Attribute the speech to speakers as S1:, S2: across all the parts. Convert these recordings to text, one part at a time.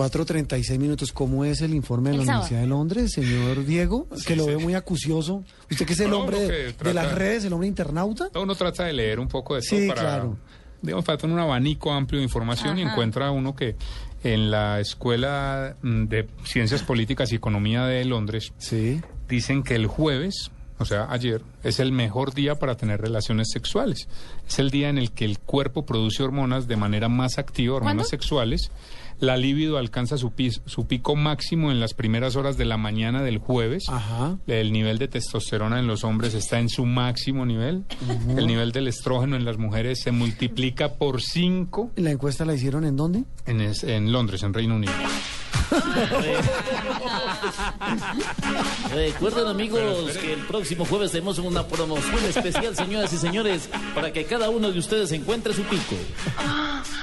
S1: 4.36 minutos. ¿Cómo es el informe de
S2: El
S1: la
S2: sábado.
S1: Universidad de Londres, señor Diego? que lo
S3: sí.
S1: veo muy acucioso. ¿Usted que es el
S3: No,
S1: hombre
S3: lo que
S1: de,
S3: trata-
S1: de las redes, el hombre internauta?
S3: Uno trata de leer un poco de todo
S1: Sí,
S3: para.
S1: claro.
S3: Digamos, para tener un abanico amplio de información y
S2: Ajá.
S3: encuentra uno que en la Escuela mm, de Ciencias Políticas y Economía de Londres
S1: Sí.
S3: dicen que el jueves, o sea, ayer, es el mejor día para tener relaciones sexuales. Es el día en el que el cuerpo produce hormonas de manera más activa, hormonas
S2: ¿Cuándo?
S3: sexuales. La libido alcanza su, pis- su pico máximo en las primeras horas de la mañana del jueves.
S1: Ajá.
S3: El nivel de testosterona en los hombres está en su máximo nivel. El nivel del estrógeno en las mujeres se multiplica por 5
S1: ¿La encuesta la hicieron en dónde?
S3: en, es- en Londres, en Reino Unido.
S4: Recuerden amigos que el próximo jueves tenemos una promoción especial, señoras y señores, para que cada uno de ustedes encuentre su pico.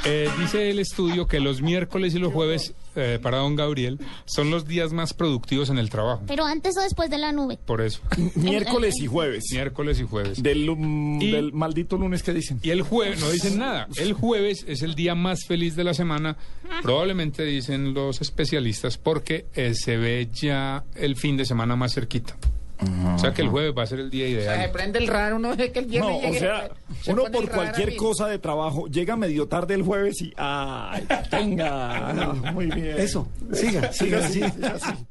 S3: Eh, dice el estudio que los miércoles y los jueves, eh, para don Gabriel, son los días más productivos en el trabajo.
S2: Pero antes o después de la nube.
S3: Por eso,
S5: Miércoles y jueves.
S3: miércoles y jueves.
S5: Del, lum-
S3: Y-
S5: del maldito lunes que dicen.
S3: Y el jueves, no dicen nada, el jueves es el día más feliz de la semana, probablemente dicen los especialistas, porque eh, se ve ya el fin de semana más cerquita. O sea que el jueves va a ser el día
S6: O sea, se
S3: ideal.
S6: prende el raro, uno ve que el viernes
S5: No, o
S6: llegue-
S5: sea,
S6: se
S5: uno
S6: pone
S5: por
S6: el radar
S5: cualquier
S6: y-
S5: cosa de trabajo llega medio tarde el jueves y. ¡Ay! ¡Tenga! Muy bien.
S1: Eso. Siga, siga,
S5: así,
S1: siga.
S5: siga así.